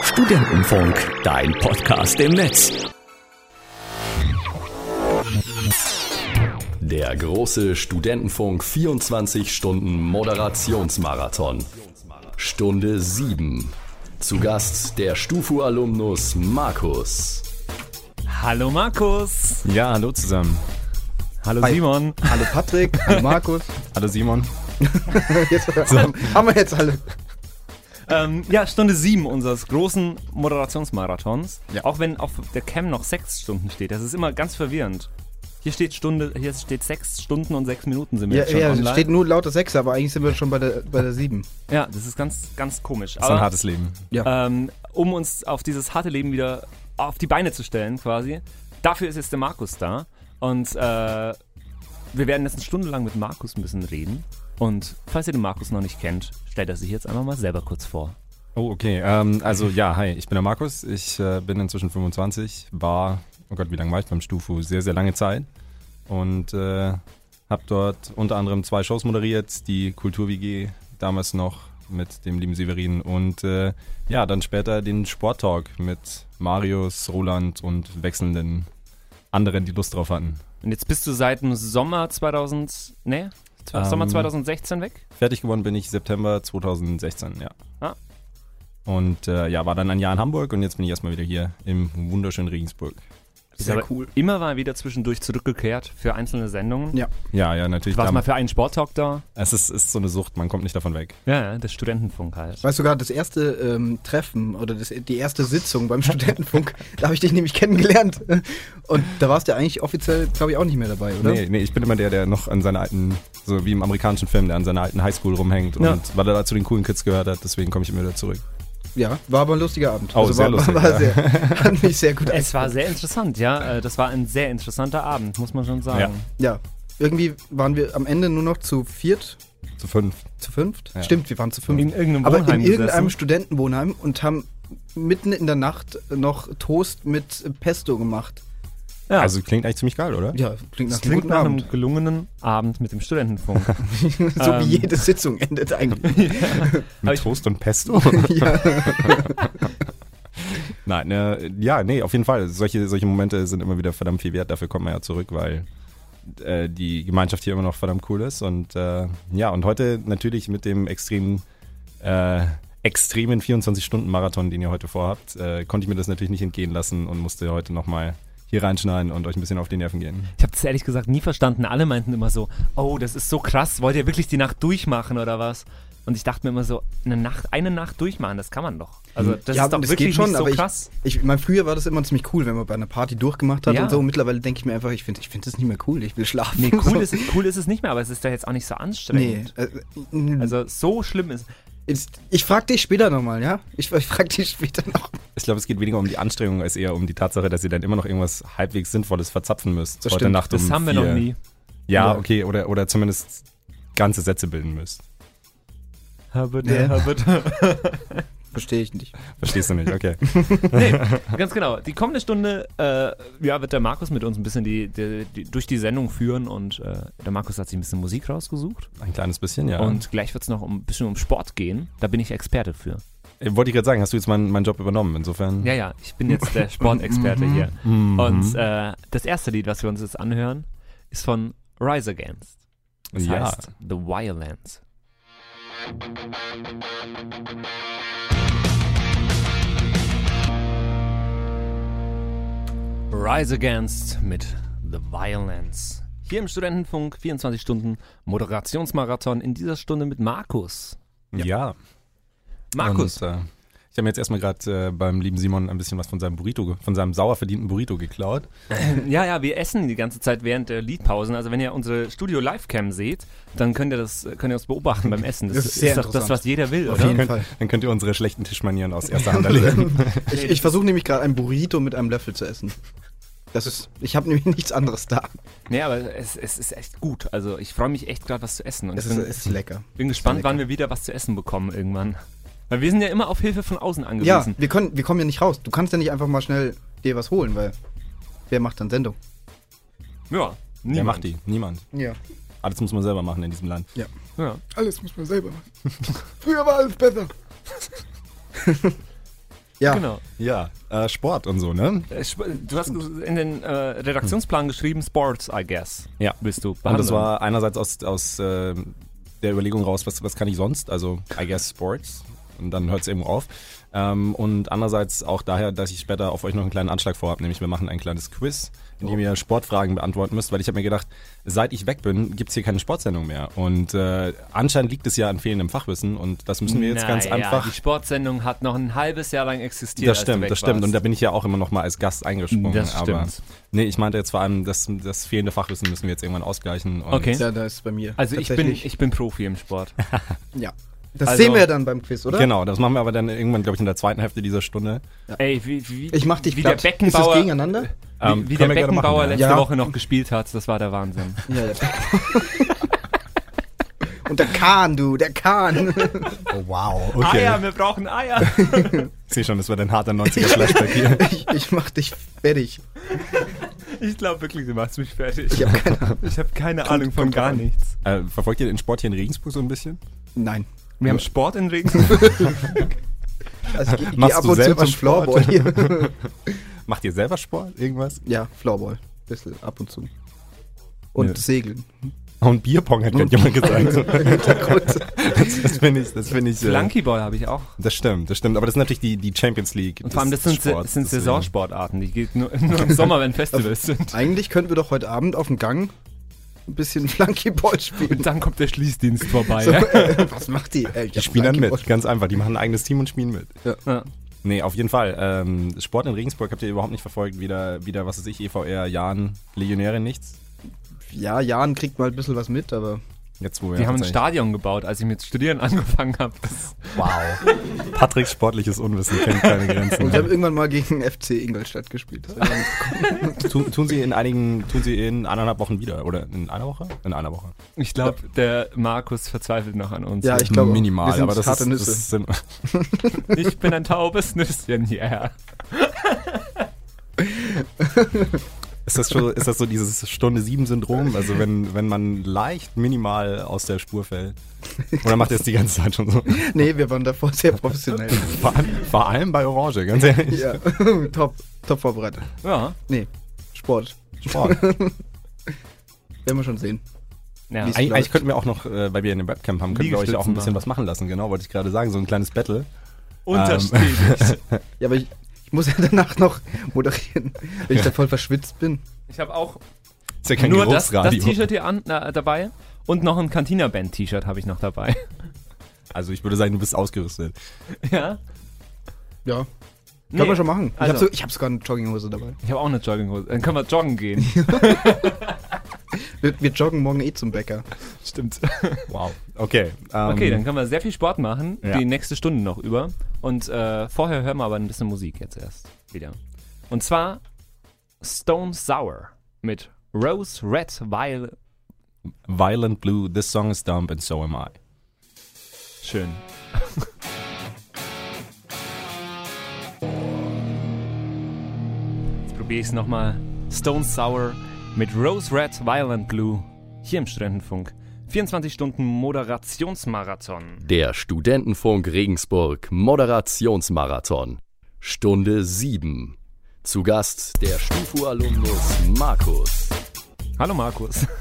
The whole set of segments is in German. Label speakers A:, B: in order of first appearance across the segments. A: Studentenfunk, dein Podcast im Netz. Der große Studentenfunk 24 Stunden Moderationsmarathon. Stunde 7. Zu Gast der Stufu-Alumnus Markus.
B: Hallo Markus.
C: Ja, hallo zusammen.
B: Hallo Simon.
D: Hallo Patrick, hallo Markus.
C: Hallo Simon.
D: Jetzt haben wir jetzt alle.
B: Ähm, ja, Stunde 7 unseres großen Moderationsmarathons. Auch wenn auf der Cam noch 6 Stunden steht. Das ist immer ganz verwirrend. Hier steht Stunde, hier steht 6 Stunden und 6 Minuten sind wir
D: Ja,
B: jetzt schon
D: ja, es
B: online.
D: steht nur lauter 6, aber eigentlich sind wir schon bei der, bei der 7.
B: ja, das ist ganz, ganz komisch.
C: Das ist ein
B: Aber
C: hartes Leben.
D: Äh.
B: ähm, um uns auf dieses harte Leben wieder auf die Beine zu stellen, quasi, dafür ist jetzt der Markus da. Und äh, wir werden jetzt eine Stunde lang mit Markus ein bisschen reden. Und falls ihr den Markus noch nicht kennt, stellt er sich jetzt einfach mal selber kurz vor.
C: Oh, okay. Ähm, also ja, hi, ich bin der Markus. Ich äh, bin inzwischen 25, war, oh Gott, wie lange war ich beim Stufu? Sehr, sehr lange Zeit. Und äh, habe dort unter anderem zwei Shows moderiert, die Kultur-WG damals noch mit dem lieben Severin und äh, ja, dann später den Sport-Talk mit Marius, Roland und wechselnden anderen, die Lust drauf hatten.
B: Und jetzt bist du seit dem Sommer 2000, nee, zw-
C: Ähm.
B: Sommer 2016 weg?
C: Fertig geworden bin ich September 2016, ja.
B: Ah.
C: Und äh, ja, war dann ein Jahr in Hamburg und jetzt bin ich erstmal wieder hier im wunderschönen Regensburg.
B: Sehr cool. Immer mal wieder zwischendurch zurückgekehrt für einzelne Sendungen.
D: Ja.
C: Ja, ja, natürlich.
B: Du warst
C: da-
B: mal für einen Sporttalk da.
C: es ist, ist so eine Sucht, man kommt nicht davon weg.
B: Ja, ja, das Studentenfunk halt.
D: Weißt du gerade, das erste ähm, Treffen oder das, die erste Sitzung beim Studentenfunk, da habe ich dich nämlich kennengelernt. Und da warst du ja eigentlich offiziell, glaube ich, auch nicht mehr dabei,
B: Ne?
D: oder?
C: Nee, nee, ich bin immer der, der noch an seiner alten, so wie im amerikanischen Film, der an seiner alten Highschool rumhängt
B: Ja.
C: und weil er da zu den coolen Kids gehört hat, deswegen komme ich immer wieder zurück.
D: Ja, war aber ein lustiger Abend. Also
C: Oh, sehr
D: war,
C: lustig,
D: War, war
C: ja.
D: sehr, hat mich sehr gut
B: Es war sehr interessant, ja. äh, Das war ein sehr interessanter Abend, muss man schon sagen.
D: Ja, irgendwie waren wir am Ende nur noch zu viert,
C: Zu fünf.
D: zu fünft.
C: Ja.
D: Stimmt, wir waren zu fünft.
B: In irgendeinem
D: aber
B: Wohnheim
D: in irgendeinem
B: gesessen.
D: Studentenwohnheim und haben mitten in der Nacht noch Toast mit Pesto gemacht.
B: Ja.
C: Also klingt eigentlich ziemlich geil, oder?
D: Ja, klingt nach
B: das
D: einem
B: klingt
D: guten
B: nach
D: Abend.
B: einem gelungenen Abend mit dem Studentenfunk.
D: so
B: ähm,
D: wie jede Sitzung endet eigentlich.
B: Aber
C: Mit
B: ich-
C: Toast und Pesto?
D: ja.
C: Nein, äh, ja, nee, auf jeden Fall. Solche, solche Momente sind immer wieder verdammt viel wert. Dafür kommt man ja zurück, weil äh, die Gemeinschaft hier immer noch verdammt cool ist. Und äh, ja, und heute natürlich mit dem extremen, äh, extremen 24-Stunden-Marathon, den ihr heute vorhabt, äh, konnte ich mir das natürlich nicht entgehen lassen und musste heute nochmal hier reinschneiden und euch ein bisschen auf die Nerven gehen.
B: Ich habe das ehrlich gesagt nie verstanden. Alle meinten immer so, oh, das ist so krass, wollt ihr wirklich die Nacht durchmachen oder was? Und ich dachte mir immer so, eine Nacht, eine Nacht durchmachen, das kann man doch. Also das
D: ja,
B: ist doch
D: das
B: wirklich
D: geht schon,
B: nicht so
D: aber ich-
B: krass.
D: Ich meine, früher war das immer ziemlich cool, wenn man bei einer Party durchgemacht hat
B: Ja.
D: und so. Mittlerweile denke ich mir einfach, ich finde ich find das nicht mehr cool, ich will schlafen.
B: Nee, cool,
D: so.
B: ist, cool ist es nicht mehr, aber es ist ja jetzt auch nicht so
D: Nee,
B: anstrengend.
D: äh,
B: Also so schlimm ist.
D: jetzt, ich frag dich später nochmal, ja? Ich, ich frag dich später noch.
C: Ich glaube, es geht weniger um die Anstrengung als eher um die Tatsache, dass ihr dann immer noch irgendwas halbwegs Sinnvolles verzapfen müsst.
D: Das
C: heute
D: stimmt.
C: Nacht
B: Das
C: um
B: haben wir
C: vier.
B: noch nie.
C: Ja,
D: Ja.
C: okay, oder, oder zumindest ganze Sätze bilden müsst.
D: Ja.
B: bitte.
D: Verstehe ich nicht.
C: Verstehst du nicht, okay.
B: Ganz genau. Die kommende Stunde äh, ja, wird der Markus mit uns ein bisschen die, die, die, durch die Sendung führen und äh, der Markus hat sich ein bisschen Musik rausgesucht.
C: Ein kleines bisschen, ja.
B: Und gleich wird es noch um, ein bisschen um Sport gehen. Da bin ich Experte für.
C: Äh, Wollte ich gerade sagen, hast du jetzt meinen, meinen Job übernommen, insofern.
B: Ja, ja, ich bin jetzt der Sportexperte hier. Und äh, das erste Lied, was wir uns jetzt anhören, ist von Rise Against. Das
C: Ja.
B: heißt The Violence. Rise Against mit The Violence. Hier im Studentenfunk 24 Stunden Moderationsmarathon in dieser Stunde mit Markus.
C: ja.
B: Markus,
C: Und, äh, ich habe mir jetzt erstmal gerade äh, beim lieben Simon ein bisschen was von seinem Burrito, ge- von seinem sauer verdienten Burrito geklaut.
B: Ja, ja, wir essen die ganze Zeit während der Liedpausen. Also wenn ihr unsere Studio Livecam seht, dann könnt ihr das, könnt ihr uns beobachten beim Essen. Das,
D: Das ist
B: ist,
D: sehr
B: doch das,
D: interessant.
B: was jeder will,
D: Auf
B: oder?
D: jeden
C: Könnt-
D: Fall.
C: Dann könnt ihr unsere schlechten Tischmanieren aus erster Hand erleben.
D: Ich, ich versuche nämlich gerade ein Burrito mit einem Löffel zu essen. Das ist, ich habe nämlich nichts anderes da.
B: Nee, aber es, es ist echt gut. Also ich freue mich echt gerade, was zu essen. Und ich
D: Es ist,
B: bin,
D: es ist lecker.
B: bin gespannt,
D: lecker.
B: wann wir wieder was zu essen bekommen irgendwann. Weil wir sind ja immer auf Hilfe von außen
D: Ja,
B: angewiesen.
D: wir, können, wir kommen ja nicht raus. Du kannst ja nicht einfach mal schnell dir was holen, weil wer macht dann Sendung?
B: Ja, ja niemand.
C: Wer macht die? Niemand.
D: Ja.
C: Alles muss man selber machen in diesem Land.
B: Ja.
D: Alles muss man selber machen. Früher war alles besser. Ja.
B: Genau.
C: Ja, äh, Sport und so, ne?
B: Äh, Sp- Du hast ges- in den äh, Redaktionsplan geschrieben, Sports, I guess.
C: Ja.
B: Willst du behandeln.
C: Und das war einerseits aus, aus äh, der Überlegung raus, was, was kann ich sonst? Also, I guess Sports. Und dann hört es irgendwo auf. Ähm, und andererseits auch daher, dass ich später auf euch noch einen kleinen Anschlag vorhabe, nämlich wir machen ein kleines Quiz, in
B: Oh.
C: dem ihr Sportfragen beantworten müsst, weil ich habe mir gedacht, seit ich weg bin, gibt es hier keine Sportsendung mehr. Und äh, anscheinend liegt es ja an fehlendem Fachwissen und das müssen wir jetzt
B: Na
C: ganz
B: ja,
C: einfach.
B: Die Sportsendung hat noch ein halbes Jahr lang existiert.
C: Das
B: als du
C: stimmt,
B: weg
C: das stimmt.
B: warst.
C: Und da bin ich ja auch immer noch mal als Gast eingesprungen.
B: Das
C: Aber,
B: stimmt.
C: nee, ich meinte jetzt vor allem, das, das fehlende Fachwissen müssen wir jetzt irgendwann ausgleichen. Und
B: Okay.
D: Ja, da ist es bei mir.
B: also ich bin,
D: Tatsächlich.
B: ich bin Profi im Sport.
D: Ja. Das
B: Also-
D: sehen wir ja dann beim Quiz, oder?
C: Genau, das machen wir aber dann irgendwann, glaube ich, in der zweiten Hälfte dieser Stunde.
B: Ey, wie, wie,
D: Ich mach dich
B: wie
D: platt.
B: der
D: Ist das
B: Beckenbauer, wie,
D: gegeneinander?
C: Ähm,
B: wie der
C: können wir gerne machen,
B: Beckenbauer
C: ja.
B: letzte
D: Ja.
B: Woche noch gespielt hat, das war der Wahnsinn.
D: Ja, ja. Und der Kahn, du, der Kahn.
C: Oh, wow, okay.
B: wir brauchen Eier.
C: Ich sehe schon, das wird ein harter 90er-Flashback hier.
D: Ich, ich mach dich fertig.
B: Ich glaube wirklich, du machst mich fertig.
D: Ich hab keine Ahnung.
B: Ich habe keine Ahnung von gar nichts.
C: Äh, verfolgt ihr den Sport hier in Regensburg so ein bisschen?
D: Nein.
B: Wir haben Sport in Regensburg.
D: Also ich geh- ich geh
C: Machst
D: ab
C: du
D: und zu
C: selber
D: zum
C: Sport?
D: Floorball hier.
C: Macht ihr selber Sport, irgendwas?
D: Ja, Floorball. Bisschen ab und zu. Und
C: Nö.
D: Segeln.
C: Und Bierpong hat gerade jemand gesagt.
D: Im Hintergrund.
C: Das finde ich, das finde ich. äh,
B: Flunkyball habe ich auch.
C: Das stimmt, das stimmt. Aber das ist natürlich die, die Champions League.
B: Und vor allem, das
C: des
B: sind, Se-
C: Sports,
B: das sind
C: deswegen.
B: Saisonsportarten. Die geht nur, nur im Sommer, wenn Festivals sind.
D: Eigentlich könnten wir doch heute Abend auf dem Gang ein bisschen Flunkyball spielen.
B: Und dann kommt der Schließdienst vorbei.
D: So,
B: ja.
D: äh, was macht die? Äh,
C: Die spielen dann mit, ganz einfach. Die machen ein eigenes Team und spielen mit.
B: Ja.
C: Nee, auf jeden Fall. Ähm, Sport in Regensburg habt ihr überhaupt nicht verfolgt. Wieder, wieder was weiß ich, E EVR, Jahren, Legionäre, nichts.
D: Ja, Jan kriegt mal ein bisschen was mit, aber
C: Jetzt, wo wir
B: Die haben ein
C: tatsächlich-
B: Stadion gebaut, als ich mit Studieren angefangen habe.
C: Wow. Patricks sportliches Unwissen kennt keine
D: Und wir haben
C: Grenzen.
D: irgendwann mal gegen FC Ingolstadt gespielt. Das war-
C: tun, tun sie in einigen, tun sie in eineinhalb Wochen wieder. Oder in einer Woche? In einer Woche.
B: Ich glaube, der Markus verzweifelt noch an uns.
D: Ja, ich glaube,
C: Minimal,
D: wir sind
C: aber das
D: harte
C: ist,
D: Nüsse.
C: Das sind,
B: Ich bin ein taubes Nüsschen, yeah.
C: ist, das schon, ist das so dieses Stunde sieben Syndrom? Also wenn, wenn man leicht minimal aus der Spur fällt. Oder macht ihr es die ganze Zeit schon so?
D: nee, wir waren davor sehr professionell.
C: Vor allem, vor allem bei Orange, ganz ehrlich.
D: ja, top, top vorbereitet.
B: Ja.
D: Nee, Sport.
C: Sport.
D: Werden wir schon sehen.
B: ja.
D: Lies-
C: Eigentlich,
D: läuft.
C: eigentlich könnten wir auch noch, äh, weil wir in dem Webcam haben, könnten wir euch auch ein
B: Liegestützen
C: bisschen was machen lassen. Genau, wollte ich gerade sagen. So ein kleines Battle.
B: Unterschiedlich.
D: Ja, aber ich, ich muss ja danach noch moderieren, wenn ich da voll verschwitzt bin.
B: Ich habe auch
C: Ist ja kein
B: nur das, das
C: Geruchsradio.
B: T-Shirt hier an, na, dabei und noch ein Cantina-Band-T-Shirt habe ich noch dabei.
C: Also ich würde sagen, du bist ausgerüstet.
B: ja.
D: Ja,
B: Nee.
D: können wir schon machen.
B: Also.
D: Ich, hab so, ich hab sogar eine Jogginghose dabei.
B: Ich habe auch eine Jogginghose. Dann können wir joggen gehen.
D: Wir, wir joggen morgen eh zum Bäcker.
B: Stimmt.
C: Wow. Okay. ähm,
B: Okay, dann können wir sehr viel Sport machen,
C: Ja.
B: die nächste Stunde noch über. Und äh, vorher hören wir aber ein bisschen Musik jetzt erst wieder. Und zwar Stone Sour mit Rose Red Violet.
C: Violent Blue, this song is dumb and so am I.
B: Schön. Jetzt probiere ich es nochmal. Stone Sour mit Rose Red Violent Blue hier im Studentenfunk. 24 Stunden Moderationsmarathon.
A: Der Studentenfunk Regensburg Moderationsmarathon. Stunde 7. Zu Gast der Stufu-Alumnus Markus.
B: Hallo Markus.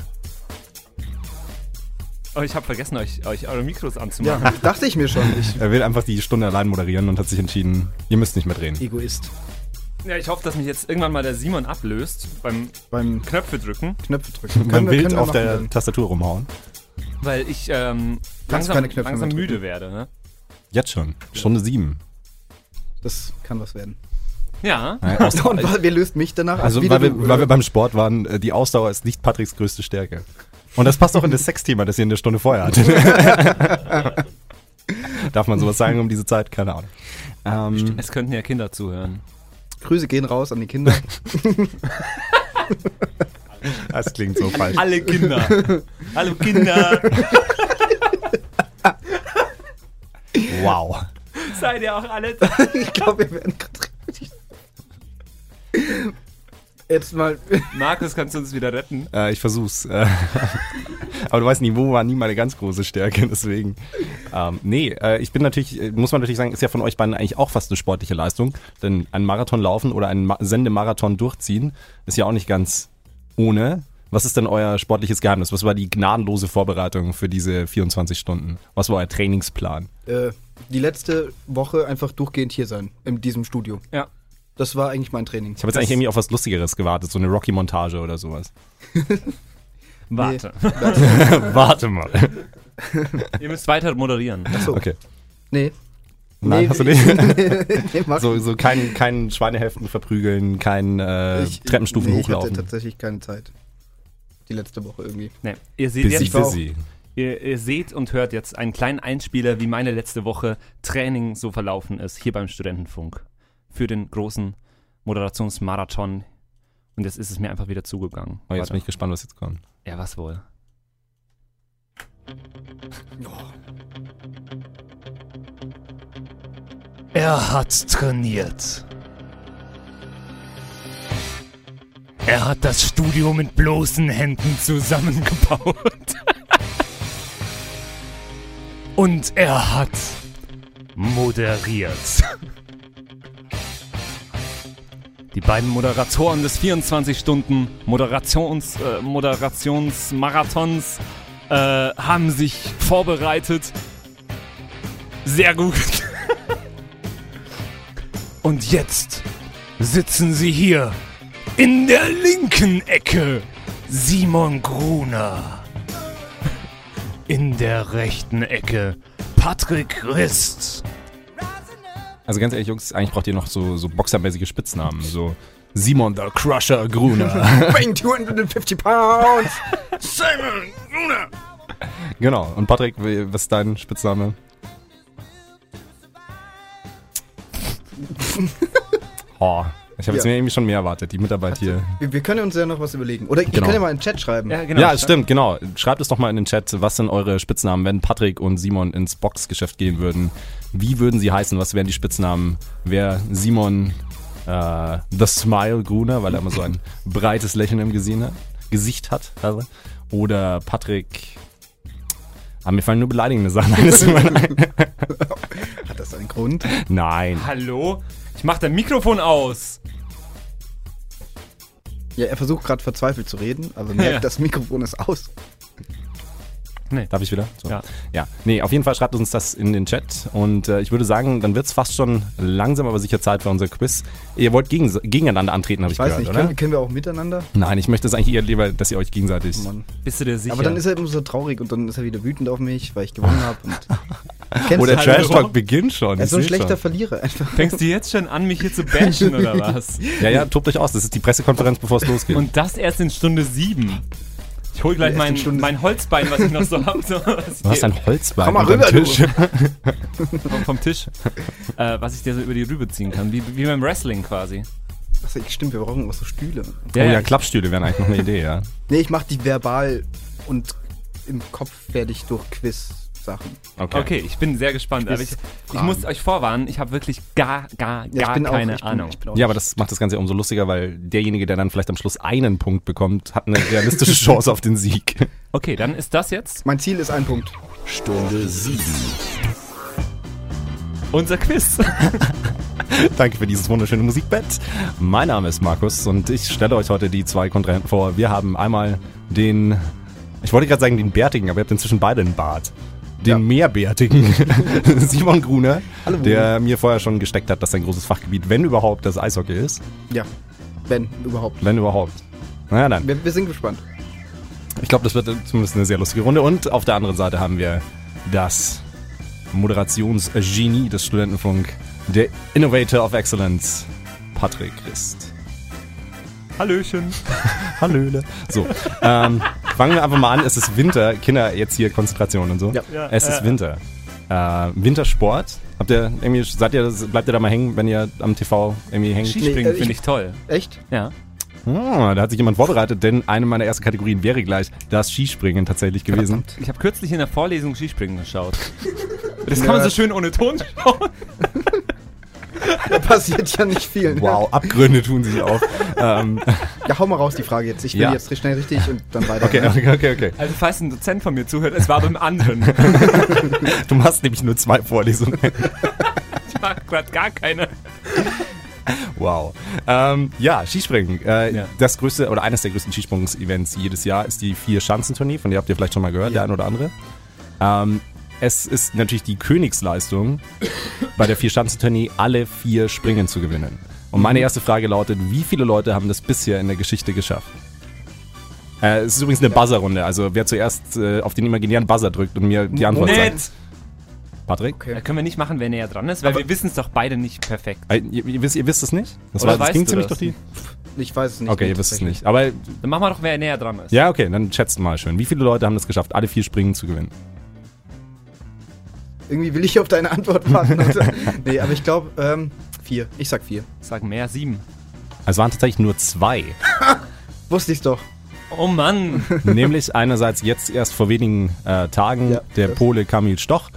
B: Oh, ich habe vergessen, euch, euch eure Mikros anzumachen.
D: Ja, dachte ich mir schon. Ich,
C: Er will einfach die Stunde allein moderieren und hat sich entschieden, ihr müsst nicht mitreden.
D: Egoist.
B: Ja. ich hoffe, dass mich jetzt irgendwann mal der Simon ablöst beim
D: Beim
B: Knöpfe drücken,
D: Knöpfe drücken.
C: Man
D: wir-
C: wild auf
D: machen
C: der
D: dann.
C: Tastatur rumhauen.
B: weil ich ähm, langsam,
D: keine Knöpfe
B: langsam
D: mehr
B: müde werde. Ne?
C: Jetzt schon. Stunde sieben.
D: Das kann was werden.
B: Ja,
C: Nein,
D: Und
C: Ausdauer,
D: wa- wer löst mich danach?
C: also
D: Wieder
C: weil wir,
D: du,
C: weil wir
D: oder?
C: beim Sport waren, äh, die Ausdauer ist nicht Patricks größte Stärke. Und das passt auch in das Sexthema, das ihr in der Stunde vorher hattet. Darf man sowas sagen um diese Zeit? Keine Ahnung. Ähm,
B: es könnten ja Kinder zuhören.
D: Grüße gehen raus an die Kinder.
C: das klingt so falsch.
B: Alle Kinder. Hallo Kinder,
C: Wow.
B: seid ihr auch alle
D: ich glaube, wir werden gerade richtig. Jetzt mal.
B: Markus, kannst du uns wieder retten?
C: Äh, ich versuch's. Äh, Aber du weißt, Niveau war nie meine ganz große Stärke, deswegen. Ähm, nee, äh, ich bin natürlich, äh, muss man natürlich sagen, ist ja von euch beiden eigentlich auch fast eine sportliche Leistung. Denn einen Marathon laufen oder einen Ma Sendemarathon durchziehen ist ja auch nicht ganz ohne. Was ist denn euer sportliches Geheimnis? Was war die gnadenlose Vorbereitung für diese 24 Stunden? Was war euer Trainingsplan?
D: Äh, die letzte Woche einfach durchgehend hier sein, in diesem Studio.
B: Ja.
D: Das war eigentlich mein Training.
C: Ich habe jetzt eigentlich irgendwie auf was Lustigeres gewartet, so eine Rocky-Montage oder sowas.
B: Warte.
C: Warte mal.
B: Ihr müsst weiter moderieren.
C: Okay.
D: Nee.
C: Nein,
D: Nee,
C: hast du nicht?
D: nee, mach
C: So, so kein, kein Schweinehälften verprügeln, kein äh,
D: ich-
C: Treppenstufen
D: nee, Ich hatte
C: hochlaufen.
D: tatsächlich keine Zeit. Die letzte Woche irgendwie.
B: Nee. Ihr, seht
C: Busy,
B: jetzt,
C: busy.
B: ihr, ihr seht und hört jetzt einen kleinen Einspieler, wie meine letzte Woche Training so verlaufen ist, hier beim Studentenfunk. Für den großen Moderationsmarathon. Und jetzt ist es mir einfach wieder zugegangen.
C: Oh, jetzt
B: Warte.
C: bin ich gespannt, was jetzt kommt.
B: ja, was wohl?
E: Er hat trainiert. Er hat das Studio mit bloßen Händen zusammengebaut. Und er hat moderiert.
B: Die beiden Moderatoren des 24-Stunden-Moderations-Marathons äh, Moderationsmarathons, äh, haben sich vorbereitet. Sehr gut.
E: Und jetzt sitzen sie hier in der linken Ecke Simon Gruner. In der rechten Ecke Patrick Rist.
C: Also ganz ehrlich, Jungs, eigentlich braucht ihr noch so, so boxermäßige Spitznamen. So Simon the Crusher Gruner.
D: Weighing 250 pounds!
E: Simon Gruner.
C: genau. Und Patrick, wie- was ist dein Spitzname? oh, ich habe jetzt
D: Ja.
C: mir irgendwie schon mehr erwartet. Die Mitarbeit hier.
D: Wir, wir können uns ja noch was überlegen. Oder ihr
C: Genau.
D: könnt ja mal in den Chat schreiben.
B: genau.
C: ja, stimmt, genau. Schreibt es doch mal in den Chat, was sind eure Spitznamen, wenn Patrick und Simon ins Boxgeschäft gehen würden. Wie würden sie heißen? Was wären die Spitznamen? Wäre Simon äh, The Smile Gruner, weil er immer so ein breites Lächeln im Gesicht hat? Gesicht hat also. Oder Patrick. Ah, mir fallen nur beleidigende Sachen ein. das tut mir leid.
D: Hat das einen Grund?
C: Nein.
B: Hallo? Ich mach dein Mikrofon aus.
D: Ja, er versucht gerade verzweifelt zu reden, aber merkt,
B: Ja.
D: das Mikrofon ist aus.
C: Darf ich wieder? So.
B: Ja.
C: ja. Nee, auf jeden Fall schreibt uns das in den Chat. Und äh, ich würde sagen, dann wird es fast schon langsam, aber sicher Zeit für unser Quiz. Ihr wollt gegen, gegeneinander antreten, habe ich,
D: Ich weiß
C: gehört,
D: nicht,
C: oder?
D: können, können wir auch miteinander?
C: Nein, ich möchte es eigentlich eher lieber, dass ihr euch gegenseitig.
D: Mann.
B: Bist du dir sicher?
D: Aber dann ist er immer so traurig und dann ist er wieder wütend auf mich, weil ich gewonnen habe. Kennst
C: Oh, der
D: du halt
C: Trash
D: so?
C: Talk beginnt schon.
D: Er ist so ein
C: ich seh's
D: schlechter
C: schon.
D: Verlierer einfach.
B: Fängst du jetzt schon an, mich hier zu bashen oder was?
C: Ja, ja, tobt euch aus. Das ist die Pressekonferenz, bevor es losgeht.
B: Und das erst in Stunde 7. Ich hol gleich
D: Erst in
B: mein,
D: Stunde
B: mein Holzbein, was ich noch so hab. So, was
C: du
B: ich
C: hast
B: dir-
C: ein Holzbein
D: Komm mal
C: unterm
D: rüber, du.
C: Tisch.
B: vom, vom Tisch. Äh, was ich dir so über die Rübe ziehen kann. Wie, wie beim Wrestling quasi.
D: Achso, Also stimmt, wir brauchen auch so Stühle.
C: Oh ja, Klappstühle wären eigentlich noch eine Idee, ja.
D: Nee, ich mach die verbal und im Kopf fertig durch Quiz-Sachen.
B: Okay, ich bin sehr gespannt. Aber ich, ich muss euch vorwarnen, ich habe wirklich gar, gar,
D: Ja, ich
B: gar
D: bin auch-
B: keine
D: ich bin-
B: Ahnung.
D: ich bin auch
C: Ja, aber das macht das Ganze ja umso lustiger, weil derjenige, der dann vielleicht am Schluss einen Punkt bekommt, hat eine realistische Chance auf den Sieg.
B: Okay, dann ist das jetzt
D: Mein Ziel ist ein Punkt.
A: Stunde 7.
B: unser Quiz.
D: äh,
C: Danke für dieses wunderschöne Musikbett. Mein Name ist Markus und ich stelle euch heute die zwei Kontrahenten vor. Wir haben einmal den, ich wollte gerade sagen den Bärtigen, aber ihr habt inzwischen beide einen Bart. Den mehrbärtigen Simon Gruner, der mir vorher schon gesteckt hat, dass sein großes Fachgebiet, wenn überhaupt, das Eishockey ist.
D: Ja, wenn überhaupt.
C: Wenn überhaupt. Naja, dann.
D: Wir, wir sind gespannt.
C: Ich glaube, das wird zumindest eine sehr lustige Runde. Und auf der anderen Seite haben wir das Moderationsgenie des Studentenfunk, der Innovator of Excellence, Patrick Christ.
B: Hallöchen.
C: Hallöle. So, ähm, fangen wir einfach mal an. Es ist Winter. Kinder, jetzt hier Konzentration und so.
D: Ja.
B: Ja,
C: es ist
B: ja.
C: Winter. Äh, Wintersport. Habt ihr irgendwie, seid ihr, bleibt ihr da mal hängen, wenn ihr am TV irgendwie hängt?
B: Skispringen
D: Nee, äh,
B: finde
D: ich-
B: ich toll.
D: Echt?
B: Ja.
C: Ah, da hat sich jemand vorbereitet, denn eine meiner ersten Kategorien wäre gleich das Skispringen tatsächlich gewesen.
B: Ich habe kürzlich in der Vorlesung Skispringen geschaut. Das kann man so schön ohne Ton schauen.
D: Da passiert ja nicht viel. ne?
C: Wow, Abgründe tun sich auf. ähm,
D: Ja, hau mal raus die Frage jetzt. Ich will
C: Ja.
D: jetzt recht schnell richtig und dann weiter.
C: okay, okay, okay, okay.
B: Also falls ein Dozent von mir zuhört, es war beim anderen.
C: Du machst nämlich nur zwei Vorlesungen.
B: Ich mag gerade gar keine.
C: Wow. Ähm, ja, Skispringen. Äh,
B: Ja.
C: Das größte oder eines der größten Skisprungsevents jedes Jahr ist die Vier-Schanzentournee, von der habt ihr vielleicht schon mal gehört, der ein oder andere. Ähm, es ist natürlich die Königsleistung, bei der Vier-Schanzentournee alle vier Springen zu gewinnen. Und meine erste Frage lautet, wie viele Leute haben das bisher in der Geschichte geschafft? Äh, es ist übrigens eine Buzzer-Runde, also wer zuerst äh, auf den imaginären Buzzer drückt und mir die Antwort sagt.
B: Nett!
C: Patrick?
B: Da Äh, können wir nicht machen, wer näher dran ist, weil wir wissen es doch beide nicht perfekt.
C: Äh, ihr, ihr, wisst, ihr wisst es nicht? Das,
B: Oder
C: das
B: weißt
C: ging
B: du
C: ziemlich
B: das?
C: durch die...
D: Ich weiß es nicht.
C: Okay, ihr wisst es nicht. Aber
B: Dann machen wir doch, wer näher dran ist.
C: Ja, okay, dann schätzt mal schön. Wie viele Leute haben das geschafft, alle vier Springen zu gewinnen?
D: Irgendwie will ich auf deine Antwort warten. Also, nee, aber ich glaube, ähm, vier. Ich sag vier.
B: Sagen mehr, sieben.
C: Es waren tatsächlich nur zwei.
D: Wusste ich's doch.
B: Oh Mann!
C: Nämlich einerseits jetzt erst vor wenigen äh, Tagen
D: Ja,
C: der
D: das-
C: Pole Kamil Stoch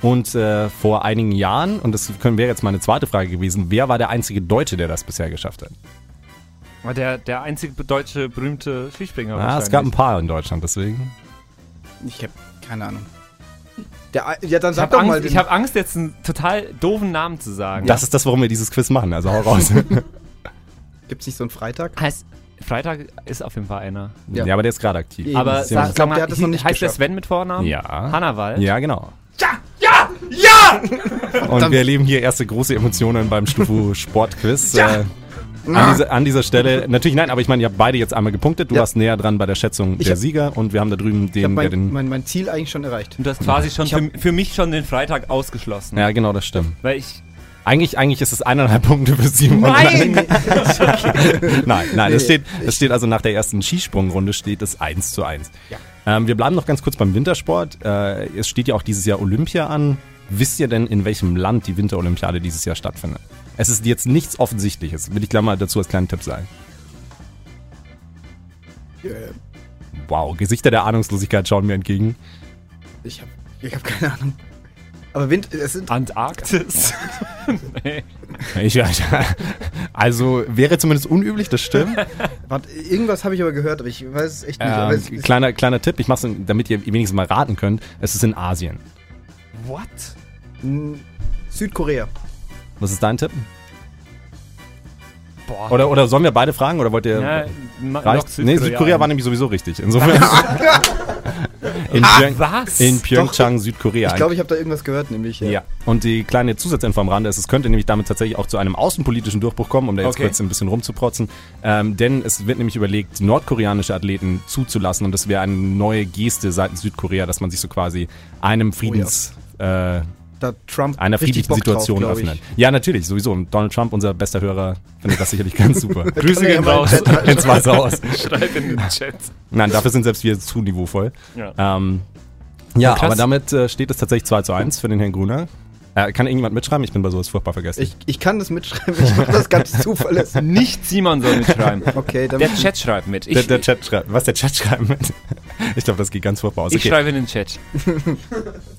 C: und äh, vor einigen Jahren, und das können- wäre jetzt meine zweite Frage gewesen, wer war der einzige Deutsche, der das bisher geschafft hat?
B: War der, der einzige deutsche berühmte Skispringer
C: Ah, es gab ein
B: wahrscheinlich.
C: paar in Deutschland, deswegen.
D: Ich hab keine Ahnung. Der, Ei- ja, dann
B: Ich
D: sag
B: habe
D: doch mal.
B: Angst,
D: den-
B: ich hab Angst, jetzt einen total doofen Namen zu sagen.
C: Das ist das, warum wir dieses Quiz machen, also hau raus.
D: Gibt's nicht so einen Freitag?
B: heißt, Freitag ist auf jeden Fall einer.
C: ja.
D: Ja.
C: aber der ist gerade aktiv.
D: Eben.
B: Aber
D: Ich
B: sag,
D: glaub,
B: sag mal,
D: der hat es noch nicht
B: heißt der
D: geschafft.
B: Sven mit Vornamen?
C: Ja.
B: Hannawald?
C: Ja, genau. Ja, ja, ja! Und wir erleben hier erste große Emotionen beim Stufu Sportquiz. Äh, an, dieser, an dieser Stelle, natürlich nein, aber ich meine, ihr habt beide jetzt einmal gepunktet. Du
D: Ja.
C: warst näher dran bei der Schätzung der
D: hab-
C: Sieger und wir haben da drüben
D: Ich hab
C: den, der
D: mein,
C: den.
D: mein, mein Ziel eigentlich schon erreicht.
B: Und du hast quasi schon
D: Ich hab-
B: für, für mich schon den Freitag ausgeschlossen.
C: Ja, genau, das stimmt.
B: Weil ich.
C: Eigentlich, eigentlich ist es eineinhalb Punkte für Simon.
D: Äh,
C: Nein, nein, es,
D: Nee.
C: steht, es steht also nach der ersten Skisprungrunde steht es 1 zu 1. Ähm, wir bleiben noch ganz kurz beim Wintersport. Äh, es steht ja auch dieses Jahr Olympia an. Wisst ihr denn, in welchem Land die Winterolympiade dieses Jahr stattfindet? Es ist jetzt nichts Offensichtliches, will ich gleich mal dazu als kleinen Tipp sagen.
D: Äh,
C: Wow, Gesichter der Ahnungslosigkeit schauen mir entgegen.
D: Ich hab, ich hab keine Ahnung. Aber Wind, es sind.
B: Antarktis. nee.
C: Ich, also wäre zumindest unüblich, das stimmt.
D: Warte, irgendwas habe ich aber gehört, aber ich weiß es echt nicht. aber es,
C: Ähm,
D: es,
C: kleiner, kleiner Tipp, ich mache es, damit ihr wenigstens mal raten könnt. Es ist in Asien.
B: What?
D: mh, Südkorea.
C: Was ist dein Tipp?
B: Boah.
C: Oder, oder sollen wir beide fragen oder wollt ihr.
B: Ja,
C: Reicht? nee, Südkorea war nämlich sowieso richtig. Insofern. in, Pyeong,
B: Was?
C: in Pyeongchang, Südkorea.
D: Ich glaube, ich habe da irgendwas gehört, nämlich. äh,
C: ja. Und die kleine Zusatzinfo am Rande ist, es könnte nämlich damit tatsächlich auch zu einem außenpolitischen Durchbruch kommen, um da jetzt
B: Okay.
C: kurz ein bisschen rumzuprotzen. Ähm, denn es wird nämlich überlegt, nordkoreanische Athleten zuzulassen und das wäre eine neue Geste seitens Südkorea, dass man sich so quasi einem Friedens. äh,
D: Da Trump
C: einer
D: richtig Bock
C: Friedenssituation
D: drauf, glaub
C: öffnen. Ja, natürlich, sowieso. Und Donald Trump, unser bester Hörer, findet das sicherlich ganz super.
B: Grüße
D: Kann er
B: gehen
D: ja mal
B: raus.
C: ins Weiße Haus.
B: Schreib in den Chat.
C: Nein, dafür sind selbst wir zu niveauvoll.
B: Ja.
C: Ähm, ja,
B: krass.
C: aber damit äh, steht es tatsächlich 2 zu 1 für den Herrn Gruner. Äh, kann irgendjemand mitschreiben? Ich bin bei sowas furchtbar vergessen.
D: Ich, ich kann das mitschreiben, ich mache das ganz zuverlässig.
B: Nicht Simon soll mitschreiben.
D: Okay, dann.
B: Der Chat schreibt mit. Ich,
C: der, der Chat schreibt. Was der Chat schreiben wird? Ich glaube, das geht ganz furchtbar aus.
B: ich schreibe in den Chat.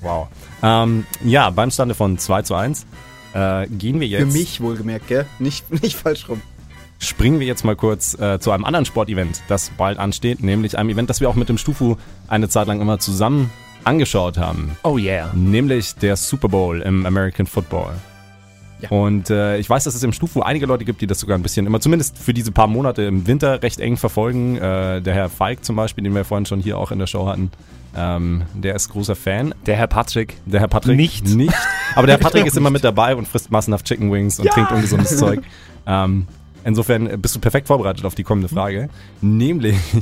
C: Wow. Ähm, ja, beim Stande von 2 zu 1 äh, gehen wir jetzt.
D: Für mich wohlgemerkt, gell? Nicht, nicht falsch rum.
C: springen wir jetzt mal kurz äh, zu einem anderen Sportevent, das bald ansteht, nämlich einem Event, das wir auch mit dem Stufu eine Zeit lang immer zusammen angeschaut haben,
B: Oh yeah.
C: nämlich der Super Bowl im American Football.
D: Ja.
C: Und äh, ich weiß, dass es im Stufu einige Leute gibt, die das sogar ein bisschen immer, zumindest für diese paar Monate im Winter, recht eng verfolgen. Äh, der Herr Falk zum Beispiel, den wir vorhin schon hier auch in der Show hatten, ähm, der ist großer Fan.
B: Der Herr Patrick.
C: Der Herr Patrick
B: Nicht.
C: nicht. Aber der Herr Patrick ist immer mit dabei und frisst massenhaft Chicken Wings und trinkt ungesundes Zeug. Ähm, insofern bist du perfekt vorbereitet auf die kommende Frage. Nämlich,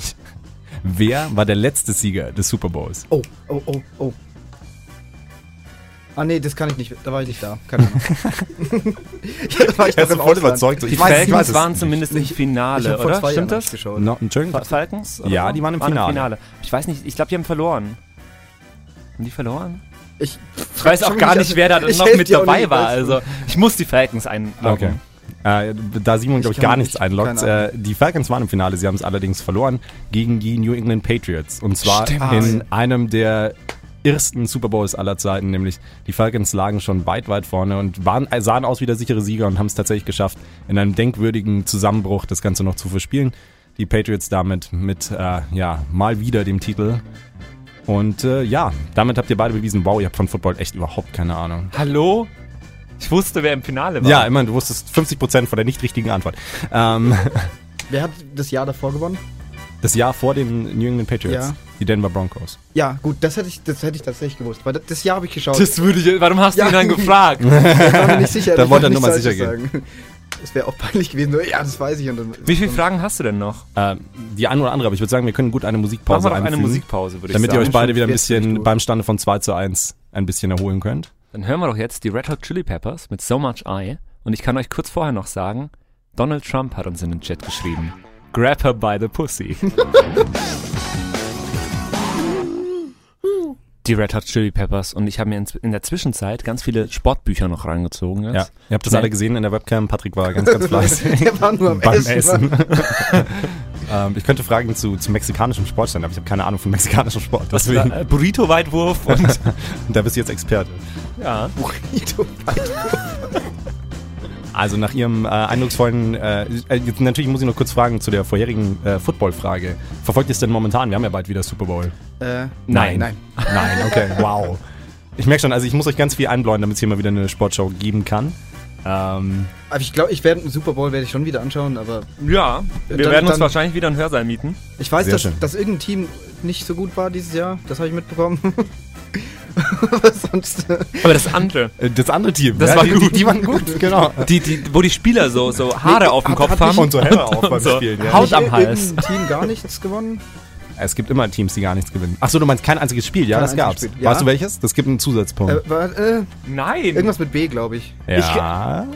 C: wer war der letzte Sieger des Super Bowls?
D: Oh, oh, oh, oh. Ah, nee, das kann ich nicht. Da war ich nicht da. Keine Ahnung. ja, da war ich
C: Er
D: doch
C: ist
D: im
C: voll
D: Ausland.
C: überzeugt, so, ich
D: Ich
B: Die
C: weiß-
D: weiß,
C: ich weiß
B: Falcons
C: es
B: waren
C: nicht.
B: zumindest im
D: ich
B: Finale,
D: hab vor
B: oder?
D: zwei Jahren
B: Stimmt das?
D: geschaut.
C: No, Entschuldigung?
B: Fa- Falcons? oder
C: Ja, die waren im Finale.
B: Ich weiß nicht, ich glaube, die haben verloren. Haben die verloren?
D: Ich,
B: Ich weiß auch gar nicht, wer da
D: Ich
B: noch
D: helf
B: mit
D: dir auch nicht,
B: dabei war.
D: weißt du.
B: Also, ich muss die Falcons einloggen.
C: Okay. Äh, da Simon, glaube ich,
D: kann
C: gar
D: nicht-
C: nichts einlockt.
D: keine
C: Äh, die Falcons waren im Finale,
D: Ah.
C: sie haben es allerdings verloren gegen die New England Patriots. Und zwar in einem der ersten Super Bowls aller Zeiten, nämlich die Falcons lagen schon weit, weit vorne und waren, äh, sahen aus wie der sichere Sieger und haben es tatsächlich geschafft, in einem denkwürdigen Zusammenbruch das Ganze noch zu verspielen. Die Patriots damit mit, äh, ja, mal wieder dem Titel. Und äh, ja, damit habt ihr beide bewiesen, wow, ihr habt von Football echt überhaupt keine Ahnung.
B: Hallo? Ich wusste, wer im Finale war.
C: Ja, immerhin, du wusstest 50% von der nicht richtigen Antwort. Ähm,
D: Wer hat das Jahr davor gewonnen?
C: das Jahr vor den New England Patriots,
D: Ja.
C: die Denver Broncos.
D: Ja, gut, das hätte ich, das hätte ich tatsächlich gewusst. Weil das, das Jahr habe ich geschaut.
B: Das würde ich, warum hast du
D: Ja.
B: ihn dann gefragt?
D: ich war mir nicht sicher.
C: Da
D: ich
C: wollte
D: wollte
C: er nur mal
D: nichts
C: sicher
D: Falsches sagen. Es wäre auch peinlich gewesen. Nur, ja, das weiß ich. Und dann,
B: Wie viele Fragen hast du denn noch?
C: Äh, die ein oder andere, aber ich würde sagen, wir können gut eine
B: Machen
C: Musikpause
B: wir doch Also eine
C: einfügen,
B: Musikpause, würde ich
C: damit ihr
B: sagen.
C: euch beide wieder ein
D: Jetzt bin ich
C: bisschen
D: durch.
C: beim Stande von 2 zu 1 ein bisschen erholen könnt.
B: Dann hören wir doch jetzt die Red Hot Chili Peppers mit So Much I. Und ich kann euch kurz vorher noch sagen, Donald Trump hat uns in den Chat geschrieben. Grab her by the pussy. Die Red Hot Chili Peppers. Und ich habe mir in, in der Zwischenzeit ganz viele Sportbücher noch reingezogen. jetzt.
C: Ja. Ihr habt das
B: Nee.
C: alle gesehen in der Webcam. Patrick war ganz, ganz fleißig
D: Der war nur am
C: beim
D: Essen.
C: Essen. ähm, ich könnte Fragen zu, zu mexikanischem Sport stellen, aber ich habe keine Ahnung von mexikanischem Sport. Deswegen,
B: Äh, Burrito-Weitwurf und
C: da bist du jetzt Experte.
B: ja.
D: Burrito.
C: Also nach Ihrem äh, eindrucksvollen, äh, äh, jetzt natürlich muss ich noch kurz fragen zu der vorherigen äh, Football-Frage. Verfolgt ihr es denn momentan? Wir haben ja bald wieder Super Bowl.
D: Äh,
B: Nein.
D: Nein.
C: Nein, okay, wow. Ich merke schon, also ich muss euch ganz viel einbläuen, damit es hier mal wieder eine Sportshow geben kann. Ähm,
D: Aber ich glaube, ich werde Super Bowl werde ich schon wieder anschauen, aber
B: Ja, wir
D: Dann-
B: werden uns
D: dann-
B: wahrscheinlich wieder einen Hörsaal mieten.
D: ich weiß,
C: Sehr
D: dass,
C: schön.
D: dass irgendein Team nicht so gut war dieses Jahr. Das habe ich mitbekommen. Aber sonst. äh,
B: Aber das andere,
C: äh, das andere Team,
B: Das war
C: die,
B: gut.
C: Die, die waren gut, genau.
B: die, die, wo die Spieler so, so Haare auf dem
D: hat-
B: Kopf
D: hat
B: haben.
C: Und so Hände auf beim
B: so.
C: Spielen. Ja.
B: Haut
D: nicht
B: am
D: ir-
B: Hals.
D: irgendein Team gar nichts gewonnen.
C: Es gibt immer Teams, die gar nichts gewinnen. Achso, du meinst kein einziges Spiel, ja,
D: Kein
C: das gab's.
D: einziges Spiel, ja.
C: Weißt du welches? Das gibt einen Zusatzpunkt.
D: Äh, war, äh,
B: Nein!
D: irgendwas mit B, glaube Äh, ich.
C: ja.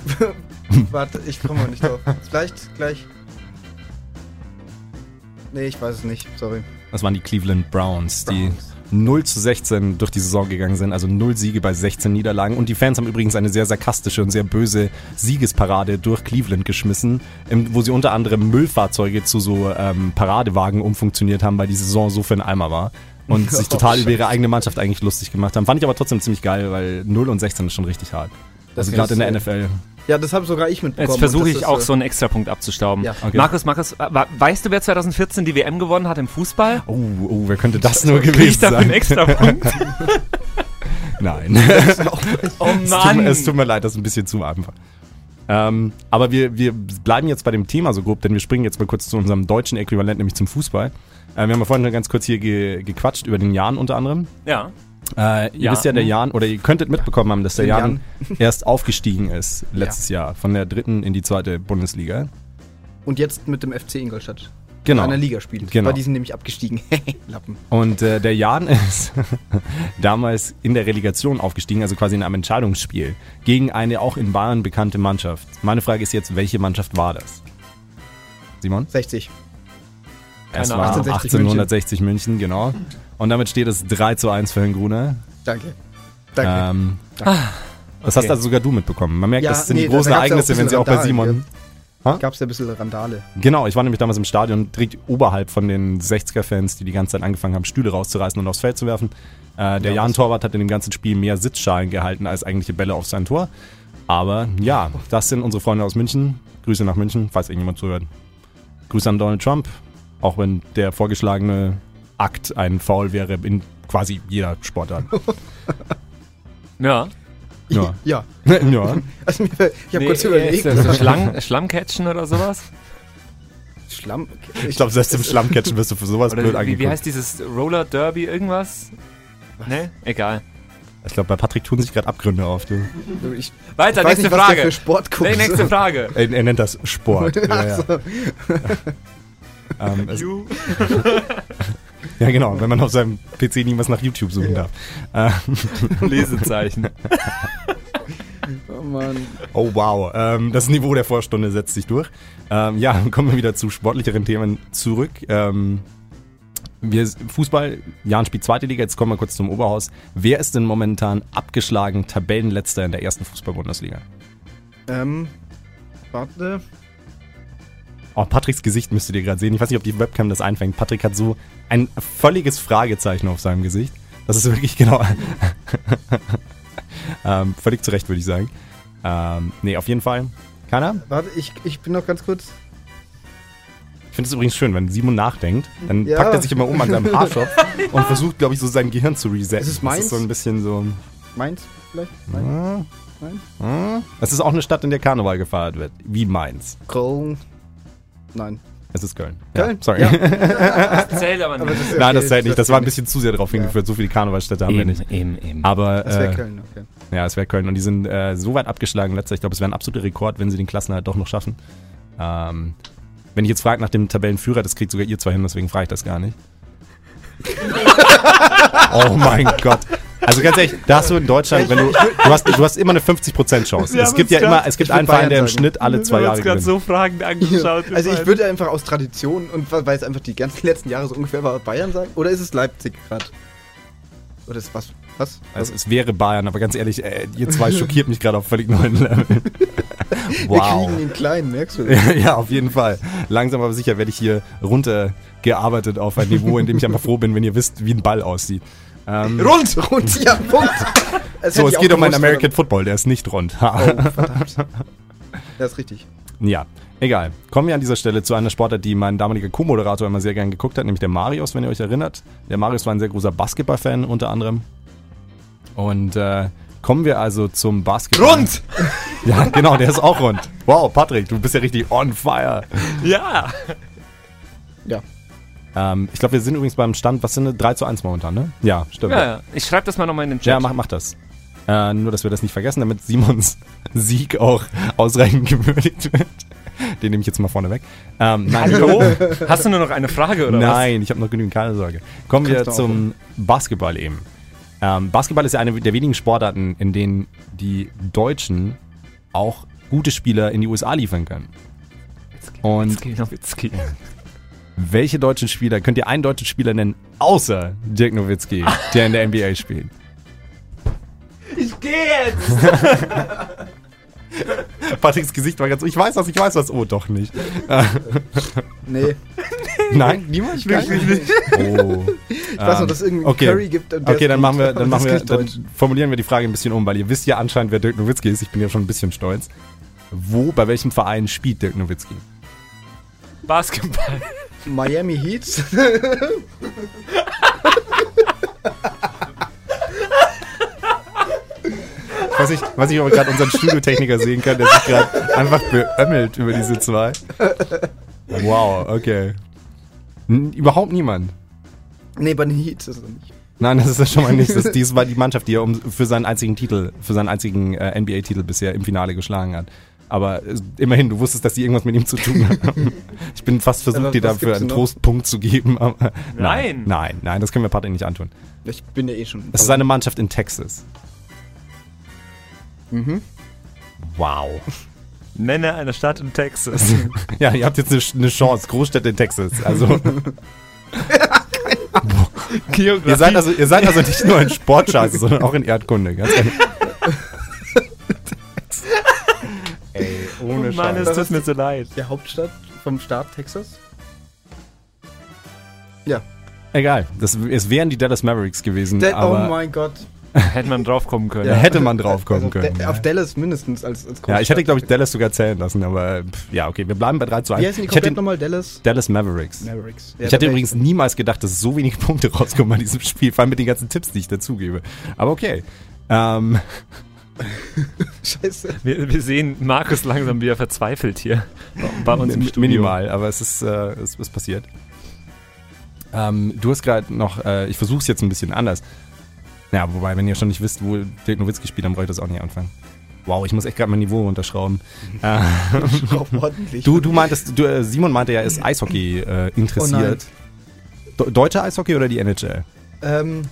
D: Warte, ich komme mal nicht drauf. Vielleicht gleich. Nee, ich weiß es nicht. Sorry.
C: Das waren die Cleveland Browns, die
D: Browns.
C: 0 zu 16 durch die Saison gegangen sind, also 0 Siege bei 16 Niederlagen. Und die Fans haben übrigens eine sehr sarkastische und sehr böse Siegesparade durch Cleveland geschmissen, im- wo sie unter anderem Müllfahrzeuge zu so ähm, Paradewagen umfunktioniert haben, weil die Saison so für ein Eimer war. Und
B: Oh,
C: sich total über ihre eigene Mannschaft eigentlich lustig gemacht haben. Fand ich aber trotzdem ziemlich geil, weil 0 und 16 ist schon richtig hart. also gerade in der
B: äh,
C: NFL.
D: Ja, das habe sogar ich mitbekommen.
B: Jetzt
D: Und
B: versuche
D: das
B: ich
D: ist,
B: auch
D: äh,
B: so einen Extrapunkt abzustauben.
D: Ja.
C: Okay.
B: Markus, Markus, äh, wa- weißt du, wer 2014 die WM gewonnen hat im Fußball?
C: Oh, oh, wer könnte das nur
B: Krieg ich
C: gewesen
B: dafür einen
C: sein?
B: Extrapunkt?
C: Nein.
D: äh,
B: Oh
C: Es tut, mir-
B: Mann!
C: es tut mir leid, das ist ein bisschen zu einfach. Ähm, aber wir, wir bleiben jetzt bei dem Thema so grob, denn wir springen jetzt mal kurz zu unserem deutschen Äquivalent, nämlich zum Fußball. Äh, wir haben ja vorhin schon ganz kurz hier ge gequatscht über den Jan unter anderem.
B: ja.
C: Äh, ihr
B: Ja.
C: wisst ja, der Jan, oder ihr könntet mitbekommen haben, dass der
D: Den
C: Jan erst aufgestiegen ist letztes Jahr von der dritten in die zweite Bundesliga.
D: Und jetzt mit dem FC Ingolstadt.
C: Genau.
D: In einer Liga spielt.
C: Genau.
D: Weil die sind nämlich abgestiegen. Lappen.
C: Und äh, der Jan ist damals in der Relegation aufgestiegen, also quasi in einem Entscheidungsspiel gegen eine auch in Bayern bekannte Mannschaft. Meine Frage ist jetzt, welche Mannschaft war das? Simon?
D: 60.
C: Es
B: Keine
C: war
B: Ahnung.
C: 1860 München. genau. Und damit steht es 3 zu 1 für Herrn Gruner.
D: Danke. Danke.
C: Ähm, Das hast also sogar du mitbekommen. Man merkt,
D: Ja,
C: das sind die
D: nee,
C: großen
D: da gab's ja auch
C: Ereignisse,
D: ein
C: wenn sie auch bei
D: bisschen Randalen,
C: Simon.
B: Ähm.
D: Gab's ja ein bisschen Randale.
C: Genau, ich war nämlich damals im Stadion direkt oberhalb von den 60er-Fans, die die ganze Zeit angefangen haben, Stühle rauszureißen und aufs Feld zu werfen. Äh, der Jan-Torwart hat in dem ganzen Spiel mehr Sitzschalen gehalten als eigentliche Bälle auf sein Tor. Aber ja, das sind unsere Freunde aus München. Grüße nach München, falls irgendjemand zuhört. Grüße an Donald Trump, auch wenn der vorgeschlagene Akt ein Foul wäre in quasi jeder Sportart.
B: Ja.
C: Ja.
D: ja.
C: ja.
D: Also, mir fällt- ich habe kurz
B: Nee, äh,
D: überlegt.
B: ist das so Schlang, Schlammcatchen oder sowas?
D: Schlamm. okay,
C: Ich glaube, selbst im Schlammcatchen wirst du für sowas blöd
B: Oder wie,
C: angeguckt.
B: wie heißt dieses Roller Derby irgendwas? Ne? Egal.
C: ich glaube, bei Patrick tun sich gerade Abgründe auf. Du.
D: ich
B: Weiter,
D: weiß
B: nächste
D: nicht, was der
B: Frage.
D: für Sport guckt.
B: Nee, nächste Frage.
C: Er, er nennt das Sport. Ja, ja.
D: Also,
C: Ähm, es, ja, genau, wenn man auf seinem PC niemals nach YouTube suchen darf. Ähm,
B: Lesezeichen.
D: oh Mann.
C: oh, wow. Ähm, das Niveau der Vorstunde setzt sich durch. Ähm, ja, kommen wir wieder zu sportlicheren Themen zurück. Ähm, wir, Fußball, Jan spielt zweite Liga, jetzt kommen wir kurz zum Oberhaus. Wer ist denn momentan abgeschlagen Tabellenletzter in der ersten Fußball-Bundesliga?
D: Ähm, warte.
C: Oh, Patricks Gesicht müsstet ihr gerade sehen. Ich weiß nicht, ob die Webcam das einfängt. Patrick hat so ein völliges Fragezeichen auf seinem Gesicht. Das ist wirklich genau. ähm, völlig zu Recht, würde ich sagen. Ähm, nee, auf jeden Fall. Keiner?
D: Warte, ich, ich bin noch ganz kurz.
C: Ich finde es übrigens schön, wenn Simon nachdenkt, dann
D: Ja.
C: packt er sich immer um an seinem Haarschopf und versucht, glaube ich, so sein Gehirn zu resetten.
D: Ist es
C: Das
D: meins?
C: ist so ein bisschen so. ein-
D: Meins vielleicht? Meins?
C: Hm,
D: Nein?
C: hm. Das ist auch eine Stadt, in der Karneval gefeiert wird. Wie Mainz.
D: Köln. Nein.
C: Es ist Köln.
D: Köln?
C: Hm? Ja, sorry.
D: Ja.
B: Zählt aber nicht.
C: Nein, das
D: Okay,
C: zählt nicht. Das war ein
D: zählt
C: bisschen zu sehr drauf hingeführt. So viele Karnevalstädte haben wir
E: Eben,
C: nicht.
E: eben, eben.
C: Aber
D: nicht. Das wäre
C: äh,
D: Köln, okay.
C: ja, es wäre Köln. Und die sind äh, so weit abgeschlagen letzter. Ich glaube, es wäre ein absoluter Rekord, wenn sie den Klassen halt doch noch schaffen. Ähm, wenn ich jetzt frage nach dem Tabellenführer, das kriegt sogar ihr zwei hin, deswegen frage ich das gar nicht. oh mein Gott. Also ganz ehrlich, da hast du in Deutschland, wenn du, du hast, du hast immer eine 50% Chance.
B: Wir
C: Es
B: haben uns
C: gibt ja immer,
B: grad-
C: es gibt
D: ich würd
C: einen Verein, der im
D: Bayern sagen.
C: Schnitt alle zwei
B: wir haben
C: Jahre
B: uns gerade
C: gewinnt.
B: so Fragen angeschaut.
D: Also ich würde einfach aus Tradition und weil weil es einfach die ganzen letzten Jahre so ungefähr war Bayern sagen. Oder ist es Leipzig gerade? Oder ist was? Was?
C: Also es wäre Bayern, aber ganz ehrlich, äh, ihr zwei schockiert mich gerade auf völlig neuen Level.
D: Wir
C: wow.
D: kriegen den kleinen, merkst du das?
C: ja, auf jeden Fall. Langsam aber sicher werde ich hier runtergearbeitet auf ein Niveau, in dem ich einfach froh bin, wenn ihr wisst, wie ein Ball aussieht. Ähm,
D: Rund! Rund, ja, Punkt! Das hätte
C: so,
D: ich
C: es
D: auch
C: geht um meinen
D: gewusst,
C: American Football, der ist nicht rund. Ha.
D: verdammt. Oh, verdammt. Das ist richtig.
C: Ja, egal. Kommen wir an dieser Stelle zu einer Sportart, die mein damaliger Co-Moderator immer sehr gern geguckt hat, nämlich der Marius, wenn ihr euch erinnert. Der Marius war ein sehr großer Basketball-Fan unter anderem. Und äh, kommen wir also zum Basketball.
B: Rund!
C: Ja, genau, der ist auch rund. Wow, Patrick, du bist ja richtig on fire.
B: Ja!
D: Ja.
C: Ähm, ich glaube, wir sind übrigens beim Stand, was sind 3 zu 1 momentan, ne? Ja, stimmt.
B: ja,
C: Ja,
B: ja. Ich schreibe das mal nochmal in den Chat.
C: mach, mach das. Äh, nur, dass wir das nicht vergessen, damit Simons Sieg auch ausreichend gewürdigt wird. Den nehme ich jetzt mal vorne weg. Ähm, nein,
B: Hallo? Hast du nur noch eine Frage oder was?
C: nein ich habe noch genügend, keine Sorge. Kommen wir
D: Kannst du auch
C: zum Basketball eben. Ähm, Basketball ist ja eine der wenigen Sportarten, in denen die Deutschen auch gute Spieler in die USA liefern können. Und
B: Witzki, noch Witzki.
C: Welche deutschen Spieler, könnt ihr einen deutschen Spieler nennen, außer Dirk Nowitzki, der in der NBA spielt?
B: Ich gehe jetzt!
C: Patricks Gesicht war ganz, ich weiß was, ich weiß was. Oh, doch nicht.
D: Nee.
C: Nein, niemand? Wirklich Oh. Ich
D: weiß noch, dass es irgendeinen
C: Ähm, okay.
D: Curry gibt und der
C: Okay,
D: ist
C: dann
D: gut,
C: machen wir,
D: aber
C: dann, machen
D: das
C: wir
D: ist
C: dann
D: nicht
C: formulieren wir die Frage ein bisschen um, weil ihr wisst ja anscheinend, wer Dirk Nowitzki ist. Ich bin ja schon ein bisschen stolz. Wo, bei welchem Verein spielt Dirk Nowitzki?
B: Basketball.
D: Miami Heat?
C: Was ich, was ich aber gerade unseren Studiotechniker sehen kann, der sich gerade einfach beömmelt über diese zwei. Wow, okay. N überhaupt niemand.
D: nee, bei den Heat ist es nicht.
C: Nein, das ist ja schon mal nichts. Das, dies war die Mannschaft, die er um, für seinen einzigen Titel, für seinen einzigen äh, NBA-Titel bisher im Finale geschlagen hat. Aber äh, immerhin, du wusstest, dass die irgendwas mit ihm zu tun haben. Ich bin fast
D: Aber
C: versucht, dir
D: was
C: dafür
D: gibt's
C: einen
D: noch?
C: Trostpunkt zu geben. Aber
B: Nein.
C: nein, nein, nein, das können wir Patrick nicht antun.
D: Ich bin ja eh schon.
C: Das ist eine Mannschaft in Texas.
D: Mhm.
C: Wow.
B: Männer einer Stadt in Texas.
C: Ja, ihr habt jetzt eine, Sch- eine Chance. Großstädte in Texas. Also,
B: Geografie.
C: ihr, seid also, ihr seid also nicht nur in Sportscheiße, sondern auch in Erdkunde. Ganz ehrlich. Ey, ohne
B: Mann, es
C: Scheiß.
B: tut mir so leid.
D: der Hauptstadt vom Staat Texas?
C: Egal, das, es wären die Dallas Mavericks gewesen,
D: Da- oh
C: aber
D: mein Gott.
B: Hätte man drauf kommen können.
C: da hätte man drauf kommen
D: Also
C: können.
D: Da- Auf Dallas mindestens als, als
C: Ja, ich hätte,
D: Großstadt.
C: glaube ich, Dallas sogar zählen lassen, aber pff, ja, okay, wir bleiben bei 3 zu 1.
D: Wie heißen die
C: ich hätte
D: komplett nochmal? Dallas?
C: Dallas Mavericks.
D: Mavericks.
C: ich hätte übrigens niemals gedacht, dass so wenige Punkte rauskommen bei diesem Spiel, vor allem mit den ganzen Tipps, die ich dazugebe. Aber okay. Ähm,
D: Scheiße.
B: Wir, wir sehen Markus langsam, wie er verzweifelt hier bei uns im
C: mi-
B: Studio.
C: minimal, aber es ist, äh, es ist passiert. Ähm, du hast gerade noch, äh, ich versuche es jetzt ein bisschen anders. Ja, wobei, wenn ihr schon nicht wisst, wo Dirk Nowitzki spielt, dann brauche ich das auch nicht anfangen. Wow, ich muss echt gerade mein Niveau runterschrauben. Äh,
D: Auch ordentlich.
C: Du, du meintest, du, äh, Simon meinte ja, er ist Eishockey äh,
D: Oh
C: interessiert. Do- Deutsche Eishockey oder die NHL?
D: Ähm,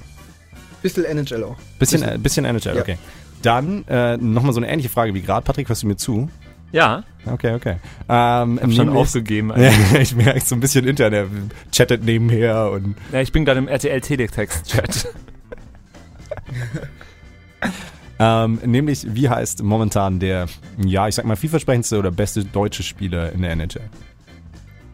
D: bisschen NHL auch.
C: Bisschen, äh, bisschen NHL,
D: Ja.
C: okay. Dann äh, nochmal so eine ähnliche Frage wie gerade. Patrick, hörst du mir zu?
B: Ja,
C: Okay, okay. Ähm,
B: hab schon
C: nämlich-
B: aufgegeben.
C: Ja, ich merke so ein bisschen intern, er chattet nebenher und
B: Ja, ich bin gerade im RTL-Teletext-Chat.
C: ähm, nämlich, wie heißt momentan der, ja, ich sag mal, vielversprechendste oder beste deutsche Spieler in der NHL?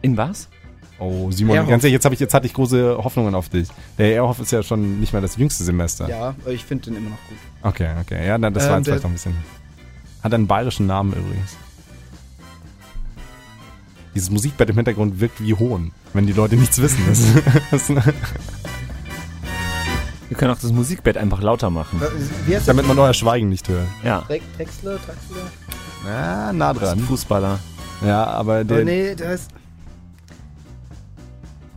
B: In was?
C: Oh, Simon,
D: Erhoff.
C: ganz ehrlich, jetzt, hab ich, jetzt hatte ich große Hoffnungen auf dich. Der Erhoff ist ja schon nicht mehr das jüngste Semester.
D: Ja, aber ich finde den immer noch gut.
C: Okay, okay. Ja, na, das war
D: Ähm,
C: jetzt
D: der-
C: vielleicht noch ein bisschen. Hat einen bayerischen Namen übrigens. Dieses Musikbett im Hintergrund wirkt wie Hohn, wenn die Leute nichts wissen. Das, das,
B: Wir können auch das Musikbett einfach lauter machen.
D: Äh, Wie heißt der?
C: damit man euer Schweigen nicht hört.
B: Ja.
D: Dreck- Drexler? Drexler?
C: Ah, nah
B: Das ist ein Fußballer.
C: Ja, aber
D: Oh,
C: der.
D: nee, der heißt.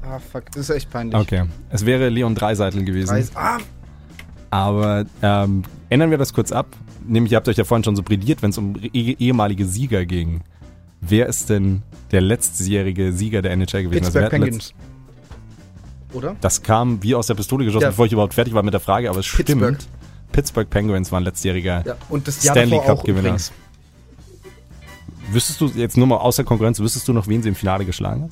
D: Ah, fuck, das ist echt peinlich.
C: Okay, es wäre Leon Dreiseitel gewesen.
D: Weiß- Ah,
C: Aber ähm, ändern wir das kurz ab. Nämlich, ihr habt euch ja vorhin schon so brilliert, wenn es um eh ehemalige Sieger ging. Wer ist denn der letztjährige Sieger der NHL gewesen? Also,
D: Pittsburgh
C: wer hat
D: Penguins.
C: letzt-
D: Oder?
C: Das kam wie aus der Pistole geschossen,
D: Ja.
C: bevor ich überhaupt fertig war mit der Frage, aber es
D: Pittsburgh.
C: stimmt. Pittsburgh Penguins waren letztjähriger.
D: Ja, und das Jahr
C: Stanley
D: davor
C: Cup
D: auch
C: Gewinner.
D: übrigens.
C: Wüsstest du jetzt nur mal außer Konkurrenz, wüsstest du noch, wen sie im Finale geschlagen hat?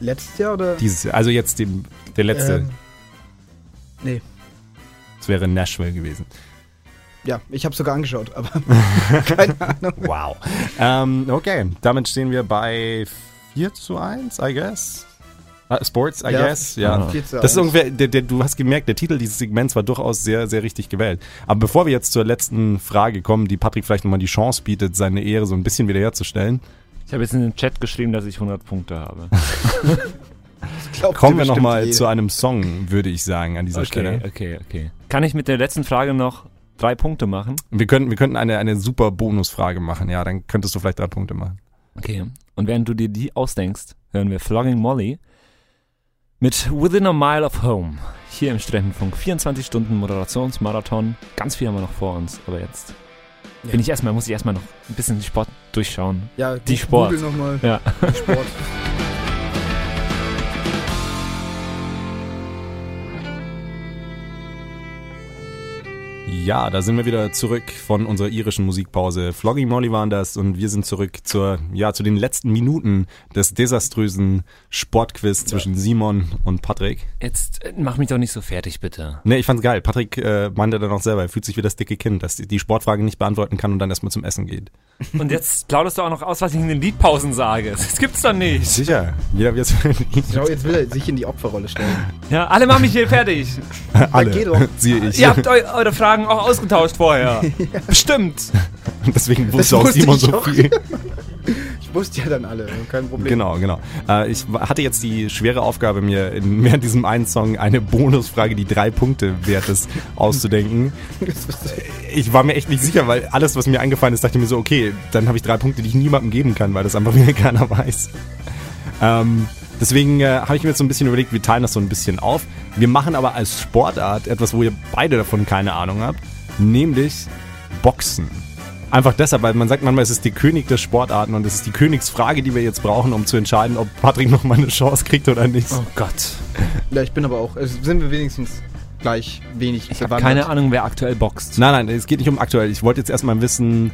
D: Letztes Jahr oder?
C: Dieses Jahr. Also jetzt dem, der letzte.
D: Ähm, nee.
C: Es wäre Nashville gewesen.
D: Ja, ich habe sogar angeschaut, aber keine Ahnung.
C: Wow. ähm, okay, damit stehen wir bei 4 zu 1, I guess. Ah, Sports, I
D: Ja.
C: guess. Ja.
B: Ah.
D: Viel zu
C: Das ist
D: eins.
C: ungefähr, der, der, du hast gemerkt, der Titel dieses Segments war durchaus sehr, sehr richtig gewählt. Aber bevor wir jetzt zur letzten Frage kommen, die Patrick vielleicht nochmal die Chance bietet, seine Ehre so ein bisschen wiederherzustellen,
B: Ich habe jetzt in den Chat geschrieben, dass ich 100 Punkte habe.
D: Glaubt bestimmt
C: kommen wir
D: eh.
C: nochmal
D: jeder.
C: zu einem Song, würde ich sagen, an dieser
B: Okay,
C: Stelle.
B: okay, okay. Kann ich mit der letzten Frage noch drei Punkte machen?
C: Wir könnten, wir könnten eine, eine super Bonusfrage machen, ja, dann könntest du vielleicht drei Punkte machen.
B: Okay. Und während du dir die ausdenkst, hören wir Flogging Molly mit Within a Mile of Home. Hier im Studentenfunk. 24 Stunden Moderationsmarathon. Ganz viel haben wir noch vor uns, aber jetzt bin ich erstmal, muss ich erstmal noch ein bisschen den Sport durchschauen.
D: Ja,
B: Die Sport.
D: Google nochmal.
B: Ja.
D: Sport.
C: Ja, da sind wir wieder zurück von unserer irischen Musikpause. Flogging Molly waren das und wir sind zurück zur, ja, zu den letzten Minuten des desaströsen Sportquiz zwischen Simon und Patrick.
B: Jetzt äh, mach mich doch nicht so fertig, bitte.
C: Ne, ich fand's geil. Patrick äh, meinte dann auch selber, er fühlt sich wie das dicke Kind, das die- die Sportfragen nicht beantworten kann und dann erstmal zum Essen geht.
B: Und jetzt plauderst du auch noch aus, was ich in den Liedpausen sage. Das gibt's doch nicht.
C: Sicher, jeder wird's
D: Genau, jetzt will er sich in die Opferrolle stellen.
B: Ja, alle machen mich hier fertig.
D: geh
C: alle,
D: doch.
C: siehe ich.
B: Ihr habt eu eure Fragen auch ausgetauscht vorher. Bestimmt.
C: Deswegen
D: Das
C: wusste auch
D: wusste
C: Simon
D: ich
C: so
D: auch.
C: viel.
D: Ich wusste ja dann alle, kein Problem.
C: Genau, genau. Äh, ich w- hatte jetzt die schwere Aufgabe, mir in, während diesem einen Song eine Bonusfrage, die drei Punkte wert ist, auszudenken. Ich war mir echt nicht sicher, weil alles, was mir eingefallen ist, dachte ich mir so, okay, dann habe ich drei Punkte, die ich niemandem geben kann, weil das einfach wieder keiner weiß. Ähm, deswegen äh, habe ich mir jetzt so ein bisschen überlegt, wir teilen das so ein bisschen auf. Wir machen aber als Sportart etwas, wo ihr beide davon keine Ahnung habt, nämlich Boxen. Einfach deshalb, weil man sagt manchmal, es ist die König der Sportarten und es ist die Königsfrage, die wir jetzt brauchen, um zu entscheiden, ob Patrick noch mal eine Chance kriegt oder nicht.
B: Oh Gott.
D: Ja, ich bin aber auch. Also sind wir wenigstens gleich wenig
B: Ich habe keine Ahnung, wer aktuell boxt.
C: Nein, nein, es geht nicht um aktuell. Ich wollte jetzt erstmal wissen,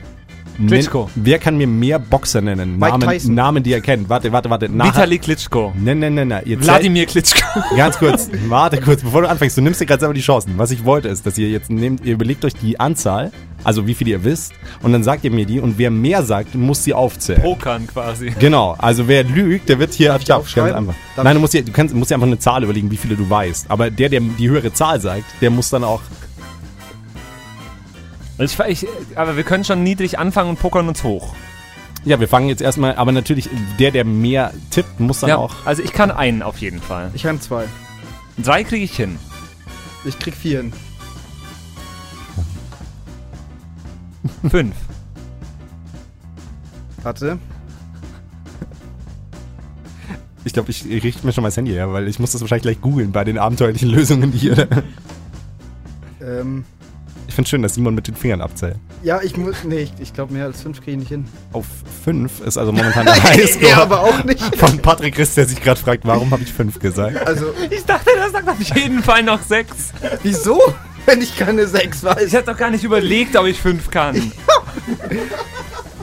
B: Klitschko.
C: nen- wer kann mir mehr Boxer nennen?
D: Mike
C: Namen,
D: Tyson.
C: Namen, die er kennt. Warte, warte, warte. Nachher-
B: Vitali Klitschko.
C: Nein, nein, nein, nein. Ihr zählt-
B: Wladimir Klitschko.
C: Ganz kurz, warte kurz, bevor du anfängst, du nimmst dir gerade selber die Chancen. Was ich wollte ist, dass ihr jetzt nehmt, ihr überlegt euch die Anzahl, also wie viel ihr wisst, und dann sagt ihr mir die und wer mehr sagt, muss sie aufzählen.
B: Pokern quasi.
C: Genau, also wer lügt, der wird hier
D: Darf ich
C: Ja,
D: aufschreiben?
C: Ganz einfach.
D: Darf
C: Nein,
D: ich-
C: du musst dir, du kannst, musst dir einfach eine Zahl überlegen, wie viele du weißt. Aber der, der die höhere Zahl sagt, der muss dann auch.
B: Ich, ich, aber wir können schon niedrig anfangen und pokern uns hoch.
C: Ja, wir fangen jetzt erstmal, aber natürlich, der, der mehr tippt, muss dann
B: Ja,
C: auch.
B: also ich kann einen auf jeden Fall.
D: Ich kann zwei.
B: Drei kriege ich hin.
D: Ich krieg vier hin.
B: Fünf.
D: Warte.
C: Ich glaube, ich, ich richte mir schon mal das Handy her, weil ich muss das wahrscheinlich gleich googeln bei den abenteuerlichen Lösungen hier.
D: Ähm,
C: Ich finde schön, dass Simon mit den Fingern abzählt.
D: ja, ich muss. Nee, ich, ich glaube, mehr als fünf kriege ich nicht hin.
C: Auf 5 ist also momentan der Highscore
D: Ja, aber auch nicht.
C: von Patrick Riss, der sich gerade fragt, warum habe ich 5 gesagt?
D: Also,
B: Ich dachte, das sagt auf jeden Fall noch sechs.
D: wieso? Wenn ich keine sechs
B: Ich
D: weiß.
B: hätte doch gar nicht überlegt, ob ich fünf kann.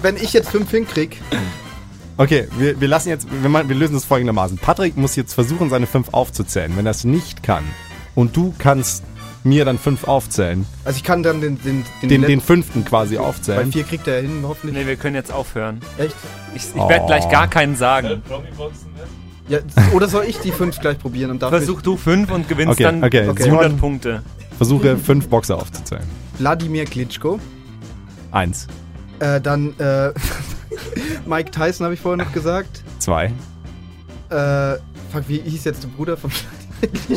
D: Wenn ich jetzt fünf hinkrieg,
C: Okay, wir, wir lassen jetzt, wir, machen- wir lösen das folgendermaßen. Patrick muss jetzt versuchen, seine 5 aufzuzählen. Wenn er es nicht kann und du kannst mir dann 5 aufzählen,
D: also ich kann dann den. Den,
C: den,
D: let-
C: den fünften quasi
D: bei
C: aufzählen.
D: vier kriegt er hin, hoffentlich.
B: Nee, wir können jetzt aufhören.
D: Echt?
B: Ich, ich werde
C: Oh.
B: gleich gar keinen sagen.
D: Ja, oder soll ich die fünf gleich probieren und dafür
B: Versuch du fünf und gewinnst
C: Okay,
B: dann
C: okay,
B: 100
C: Simon.
B: Punkte.
C: Versuche fünf Boxer aufzuzählen.
D: Wladimir Klitschko.
C: Eins,
D: Äh, dann äh, Mike Tyson habe ich vorher noch gesagt.
C: zwei,
D: Äh, fuck, wie hieß jetzt der Bruder von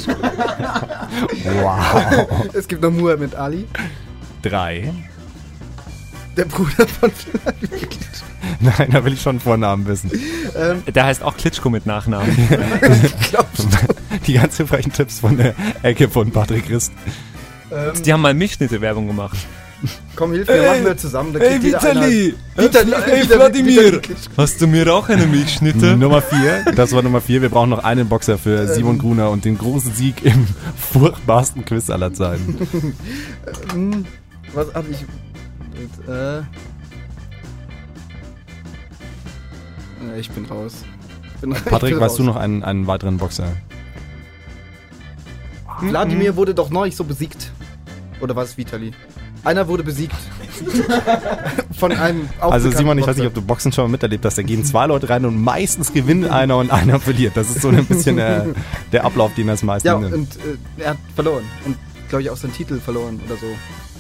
C: wow,
D: Es gibt noch Muhammad Ali,
C: drei.
D: der Bruder von
C: Nein, da will ich schon Vornamen wissen.
D: ähm,
B: Der heißt auch Klitschko mit Nachnamen.
C: Die ganz hilfreichen Tipps von der Ecke von Patrick Christ.
D: ähm,
B: Die haben mal Milchschnitte-Werbung gemacht.
D: Komm, hilf mir, machen wir zusammen. Da kriegt jeder einer- Vitali,
B: Ey,
D: Vitali-
B: Wladimir.
D: Vitali Klitschko.
B: Hast du mir auch eine Milchschnitte?
C: Hm, Nummer vier, das war Nummer vier. Wir brauchen noch einen Boxer für
D: Ähm.
C: Simon Gruner und den großen Sieg im furchtbarsten Quiz aller Zeiten.
D: Hm, was hab ich. Mit, äh, äh, ich bin raus. Bin, ich
C: Patrick,
D: bin
C: weißt du
D: raus.
C: noch einen, einen weiteren Boxer? Mhm.
D: Wladimir wurde doch neulich so besiegt. Oder war es Vitali? Einer wurde besiegt. Von einem auch
C: Also
D: bekannten
C: Simon, ich weiß nicht,
D: Boxer.
C: ob du Boxen schon mal miterlebt hast. Da gehen zwei Leute rein und meistens gewinnt einer und einer verliert. Das ist so ein bisschen äh, der Ablauf, den das meisten
D: Ja,
C: nimmt.
D: und äh, er hat verloren. Und, glaube ich, auch seinen Titel verloren oder so.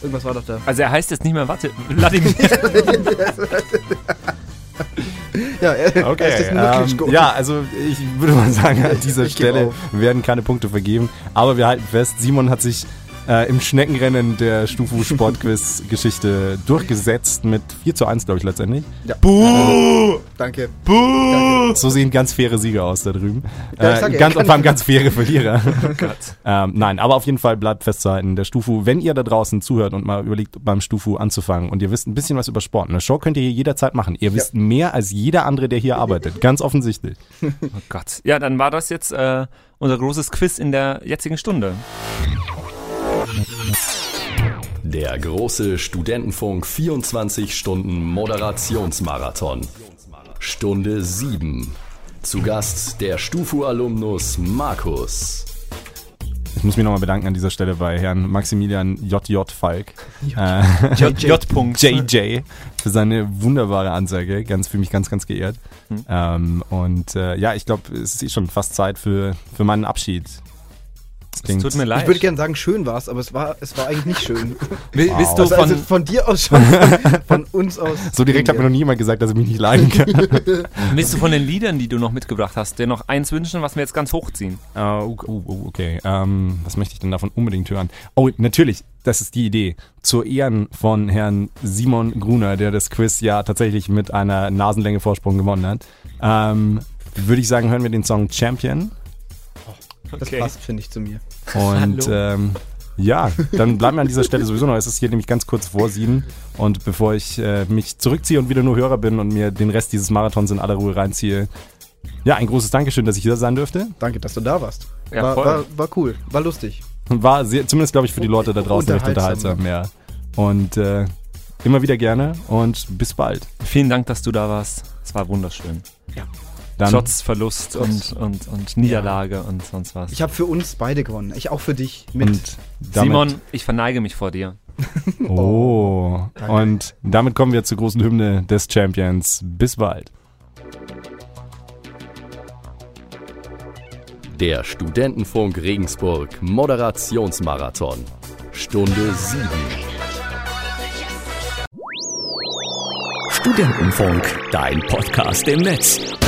D: Irgendwas war doch da.
B: Also er heißt jetzt nicht mehr Warte, Wladimir.
D: Ja, er, er ist
C: Okay,
D: jetzt nur
C: ähm,
D: Klitschko.
C: ja, also ich würde mal sagen, an dieser
D: Ich geb
C: Stelle
D: auf.
C: werden keine Punkte vergeben. Aber wir halten fest, Simon hat sich äh, im Schneckenrennen der Stufu Sportquiz Geschichte durchgesetzt mit 4 zu 1, glaube ich, letztendlich.
D: Danke.
C: So sehen ganz faire Sieger aus da drüben.
D: Ja, ich
C: äh,
D: sag ja,
C: ganz,
D: kann-
C: und vor allem ganz faire Verlierer.
B: Oh
C: ähm, nein, aber auf jeden Fall bleibt festzuhalten, der Stufu, wenn ihr da draußen zuhört und mal überlegt, beim Stufu anzufangen und ihr wisst ein bisschen was über Sport, eine Show könnt ihr hier jederzeit machen. Ihr wisst mehr als jeder andere, der hier arbeitet. Ganz offensichtlich.
B: Oh Gott. Ja, dann war das jetzt äh, unser großes Quiz in der jetzigen Stunde.
A: Der große Studentenfunk 24 Stunden Moderationsmarathon. Stunde 7. Zu Gast der Stufu-Alumnus Markus.
C: Ich muss mich nochmal bedanken an dieser Stelle bei Herrn Maximilian JJ Falk. Äh,
B: J. J. Punkt.
C: JJ für seine wunderbare Ansage. Ganz für mich ganz, ganz geehrt.
B: Hm.
C: Ähm, und äh, ja, ich glaube, es ist schon fast Zeit für, für meinen Abschied.
B: Es
C: Das klingt-
B: tut mir
D: Ich würde
B: leid.
D: gerne sagen, schön war's, aber es war, es war eigentlich nicht schön.
B: Will, willst du
D: Also, also
B: von,
D: von dir aus schon, von uns aus.
C: So direkt hat mir noch nie jemand gesagt, dass ich mich nicht leiden kann.
B: willst du von den Liedern, die du noch mitgebracht hast, dir noch eins wünschen, was wir jetzt ganz hochziehen?
C: Äh, oh, oh, oh, okay. Ähm, was möchte ich denn davon unbedingt hören? Oh, natürlich, das ist die Idee. Zu Ehren von Herrn Simon Gruner, der das Quiz ja tatsächlich mit einer Nasenlänge Vorsprung gewonnen hat, ähm, würde ich sagen, hören wir den Song Champion.
D: Das passt, finde ich, zu mir.
C: Und ähm, ja, dann bleiben wir an dieser Stelle sowieso noch. Es ist hier nämlich ganz kurz vor sieben. Und bevor ich äh, mich zurückziehe und wieder nur Hörer bin und mir den Rest dieses Marathons in aller Ruhe reinziehe, ja, ein großes Dankeschön, dass ich hier sein dürfte.
D: Danke, dass du da warst.
B: Ja,
D: war,
B: voll.
D: war, war cool, war lustig.
C: War sehr, zumindest, glaube ich, für die Leute da draußen recht
D: Unterhaltsam.
C: unterhaltsam, ja. Und äh, immer wieder gerne und bis bald.
B: Vielen Dank, dass du da warst. Es war wunderschön.
C: Dann
B: Trotz Verlust
D: Trotz.
B: und, und, und Niederlage und sonst was.
D: Ich habe für uns beide gewonnen. Ich auch für dich mit.
C: und damit,
B: Simon, ich verneige mich vor dir.
C: Oh. Und damit kommen wir zur großen Hymne des Champions. Bis bald.
A: Der Studentenfunk Regensburg Moderationsmarathon. Stunde 7.
F: Studentenfunk, dein Podcast im Netz.